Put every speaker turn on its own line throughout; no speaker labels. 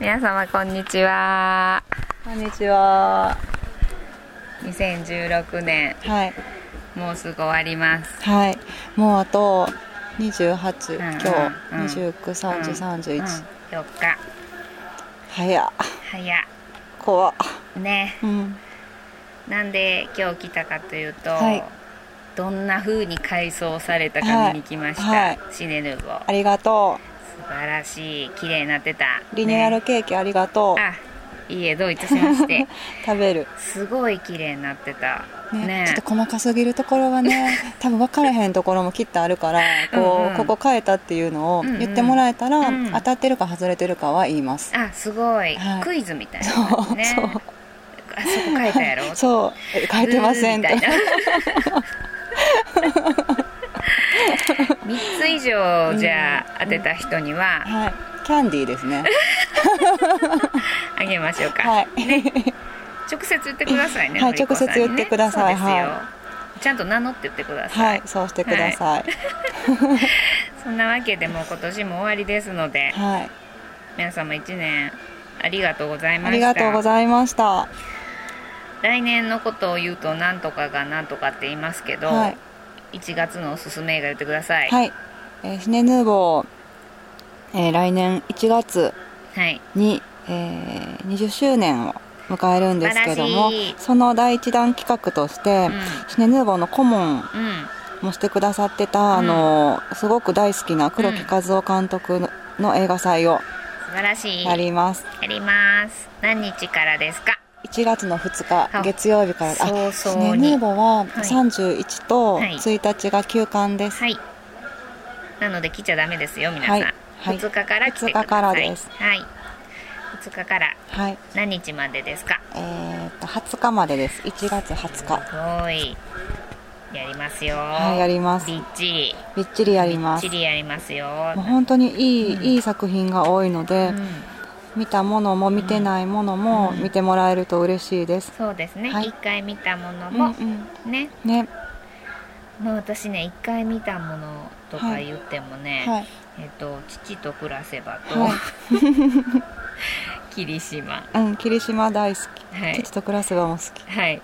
皆様こんにちは
こんにちは。
2016年
はい。
もうすぐ終わります
はい。もうあと28、
うんうん
今日、29、
うん
30、
う
31。
ん4日
早っ。
早っ
怖っ。
ね
うん。
なんで今日来たかというと、
はい
どんな風に改装されたか見に来ました、
はいはい
シネヌーボー
ありがと
素晴らしい綺麗になってた
う。リニューアル
ね
ケーキありがとう。
あいいえどういたしまして
食べる。
すごい綺麗になってた
ね
ね
ちょっと細かすぎるところ はね多分分からへんところもきっとあるからこう
うんうん
ここ変えたっていうのを
うんうん
言ってもらえたら、
うん
当たってるか外れてるかは言います、
あすごい、
はい
クイズみたい
そ
な
う
ね
そう
あそこ書いたやろ
そうえ変えてません
み
と
たい な3つ以上じゃあ当てた人には
はいキャンディーで すね
あげましょうか、
はい
直接言ってくださいね
はい
のりこさんにね
直接言ってください
そうですよ、
は
ちゃんと名乗って言ってください、
はいそうしてください
そんなわけでもう今年も終わりですので
はい、
皆様1年ありがとうございました
ありがとうございました
来年のことを言うとなんとかがなんとかって言いますけど、
はい
1月のおすすめ映画言ってください
はい、えーひねヌーボー、えー来年1月
はい
に、えー20周年を迎えるんですけど
素
も
晴らしい
その第一弾企画として、シネヌーボーの顧問
うんうん
もしてくださってた、あのすごく大好きな黒木和夫監督の,、映画祭を
素晴らしい
やります
やります何日からですか
1月の2
あ
日月曜日から
早
あシ
々
ネ
に
ヌーボーは
はい
31と
はい
1日が休館です、
はいなので来ちゃダメですよ皆さん、
はいはい
2日から来てください
二日からです
はい2日から
はい
何日までですか
えー、と20日までです1月20日
すごいやりますよ
はいやります
びっちり
びっちりやりま
び
す
っちりやりますよ
もう本当にいい,、
うん
いい作品が多いので、
うん
見たものも見てないものも
うん
見てもらえると嬉しいです、
そうですね、一
はい
回見たもの
うんう
も、
ん、
ね
ね
もう私ね一回見たものとか
はい
言ってもね、
はい
えっと「父と暮らせばと」
は
霧島」
うん霧島大好き、
はい
父と暮らせばも好き
はい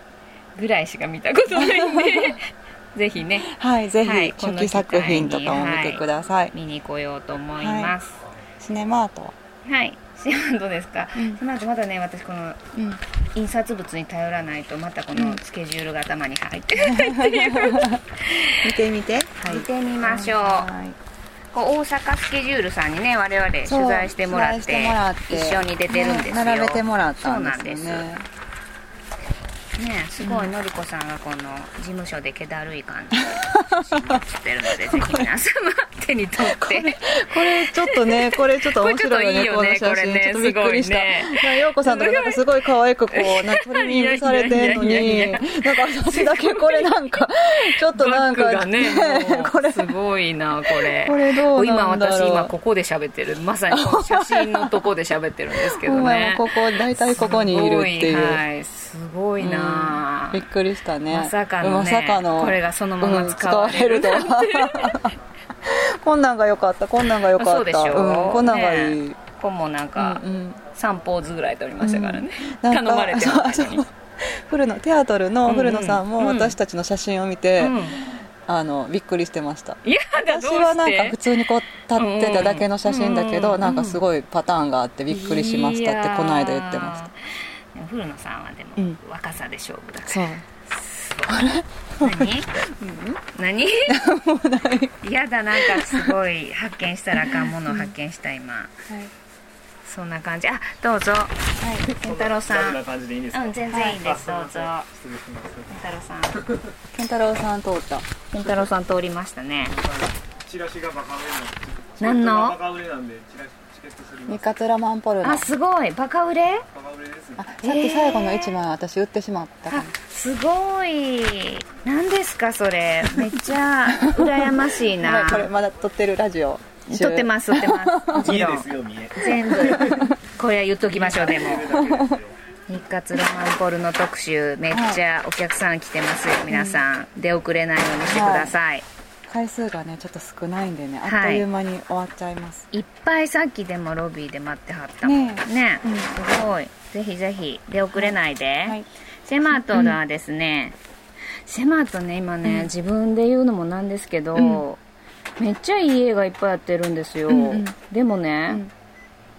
ぐらいしか見たことないんで ぜひね
はいぜひ、
はいこ
初
の
期作品とかも見てください、
見に来ようと思います
シネマートは
はい、シアンドですか、
うん
その後まだね私この
うん
印刷物に頼らないとまたこのスケジュールが頭に入って、
見てみて、
見てみましょう、
はい
こう大阪スケジュールさんにね我々取
そう
材してもらって
取材してもらって
一緒に出てるんですよ、
ね並べてもらったんですよね
そうなんですねすごいのりこさんがこの事務所で気だるい感じで写真を撮ってるので ぜひ皆様手に取って
これちょっとね、 これちょっと面白いよね、
こ
こ
れちょっ
の
と
写
いいよね
真。ちょっとびっくりした。
これね
なんかようこさんとかなんかすごい可愛くこう、なんかトリミングされてん の
いやいやいや
に、
い
な
や
んか私だけこれなんか、ちょっとなんか、
バッグがねもう
これ、
すごいなこれ
これどう
今
なんだろう
私今ここで喋ってるまさにこの写真のとこで喋ってるんですけど
お前
ね
もここ、大体ここにいるってい
すご
う。
はいすごい
うん
な
びっくりしたね。
まさかのね
まさかの
これがそのまま使われる
うん使われるとはこんなんが良かった、こんなんが良かった。
そうでしょ
うんこんなんがいい。
ね ここもなんか
うんうん
3ポーズぐらい撮りましたからね、
なんか
頼まれてもないのに
そうそう古野テアトルの古野さん
うん
も
うん
私たちの写真を見て、
うん
あのびっくりしてました
いやだ
私
どうして
はなんか普通にこう立ってただけの写真だけど、
うん
なんかすごいパターンがあってびっくりしましたってこの間言ってました
た古野さんはでも、
うん
若さで勝負だか
そう
ら何、何やだなんかすごい発見したらあかんものを発見した今、
はい、
そんな感じあどうぞ健太郎さ
こん
んう
なん感じでいいんですか。
全然いいです、
あ
どうぞ
失礼します。
健太郎さん
健太郎さん通った
健太郎さん通りましたね
チラシがバカ売れなんで。
何の
バカ売れなんでチラシチケットすり
三
ます。
桂マンポルの
あ
あ
すごいバカ売れ
バカ売れです。
さっき最後の一枚私売ってしまったか
あ
も、
すごい何ですかそれめっちゃ羨ましい
やば
ない
これまだ撮ってるラジオ
撮ってます撮ってますもち
見え
ろ
で
ん
すよ見 え。
全部これは言っときましょうでも
見えだけですよ
日活ロマンポルの特集めっちゃお客さん来てますよ皆さん出遅れないようにしてください、
す回数がねちょっと少ないんでねあ
は
っ
い
という間に終わっちゃいます、
いっぱいさっきでもロビーで待ってはったもんね
うん
すごいぜひぜひ出遅れないで、
はい
シェマートはですね、シェマートね今ね、
うん
自分で言うのもなんですけど、めっちゃいい映画いっぱいやってるんですよ、
うんうん
でもね、
うん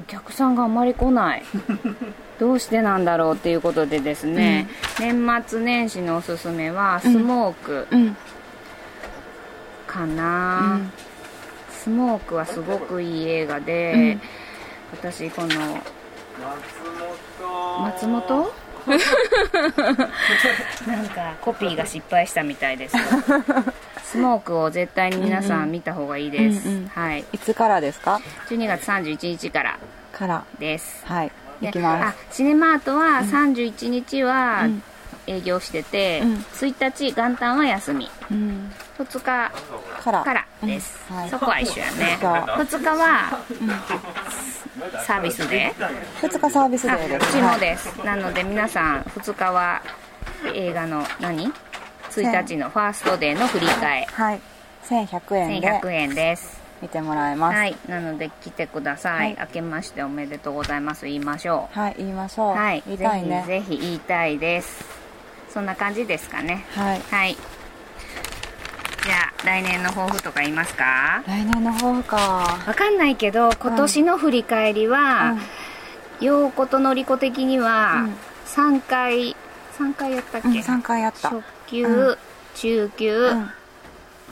お客さんがあまり来ない どうしてなんだろうっていうことでですね、年末年始のおすすめはスモーク
うん
かな、スモークはすごくいい映画で、
うん
私この
松
松
本
本 なんかコピーが失敗したみたい ですスモークを絶対に皆さん見た方がいいです、
うんうん
はい
いつからですか
12月31日から
から
です
はい
で
行きま
あ
す
シネマートは31日は
うん
営業してて、
うん
1日元旦は休み
うん
2日
から
からです、
うんはい
そこは一緒やね
じゃあ
2日はサービスで
2日サービスデ
あ、
ーで
う
す
ちも
はい
です、なので皆さん2日は映画の何1日のファーストデーの振り替え
はい1100円で
1100円です
見てもらえます
はいなので来てください、
は
明けましておめでとうございます言いましょ
はい言いましょ
う
う
はい
言いたいね
ぜひぜひ言いたいですそんな感じですかね
はい
はいじゃあ来年の抱負とか言いますか
来年の抱負か
わかんないけど今年の振り返りは、陽子とのりこ的には
うん
3回3回やったっけ、
うん3回やった
初級、
うん
中級、
うん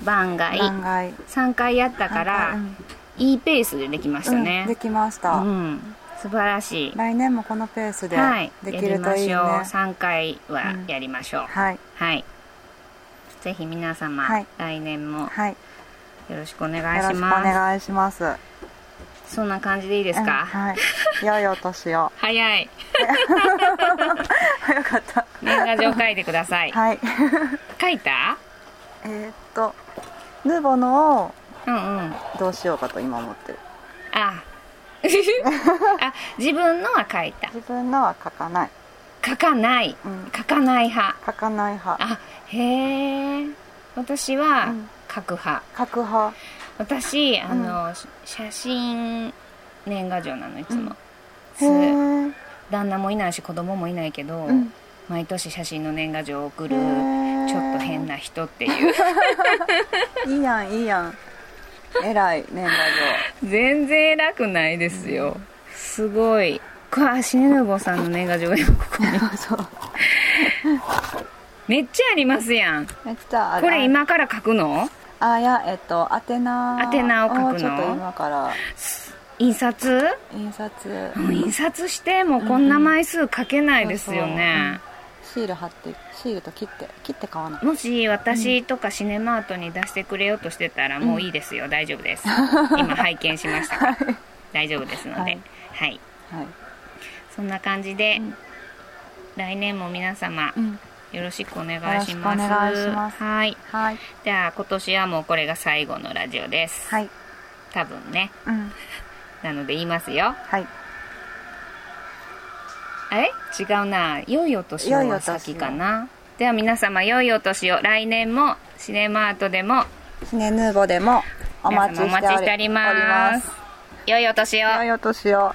番外
番外
3回やったから、
うん
いいペースでできました
うんで
ね
きまし
う
た
ん、素晴らしい
来年もこのペースで
はい
で
や
き
り
ると
ま
いい
し
ね
ょう
は
3回はやりましょう、
い
はいぜひ皆様、
はい
来年も
はいよ
よろしくお願
ろ
い
し
し
くお
ま
願いします
すそんな感じでいいです
うん
か、
はい良いお 年を
早い
早かった
年賀状書いてください、
はい
書いた
えーっとヌボのを
うんうん
どうしようかと今思ってる
ああ自分のは書いた
自分のは書かない、
書かない
うん、
書かない派
書かない派
あへえ私は
うん
書く派、
書く派
私あの、し写真年賀状なのいつも、
へえ、
す旦那もいないし子供もいないけど、
うん、
毎年写真の年賀状を送
へ
る
ー
ちょっと変な人っていう
いいやんいいやん偉い年賀
全然偉くないですよ、すごいかシネヌボさんの年賀状が今ここ に
状そう
めっちゃありますやん
めっちゃある
これ今から書くの
あいやえっと宛名
宛名を書くの
ちょっと今から
印刷
印刷
もう印刷してもこんな枚数書けないですよね、
シール貼ってシールと切って切って買わない
もし私とかシネマートに出してくれようとしてたらもういいですよ、大丈夫です今拝見しました から大丈夫ですのでは
はいい、はい、
そんな感じで、
うん
来年も皆様
うん、
よろしくお願いします
よろしくお願いします
はい
はい
じゃあ今年はもうこれが最後のラジオです、
はい
多分ね
うん
なので言いますよ
はい
あれ違うな良いお年
良い
を
お
は
年を
先かなでは皆様良いお年を来年もシネマートでも
ひねヌーボでもお
皆
待ち
様お
しており
待ちしております
おり
良いお年を
ます良いお年を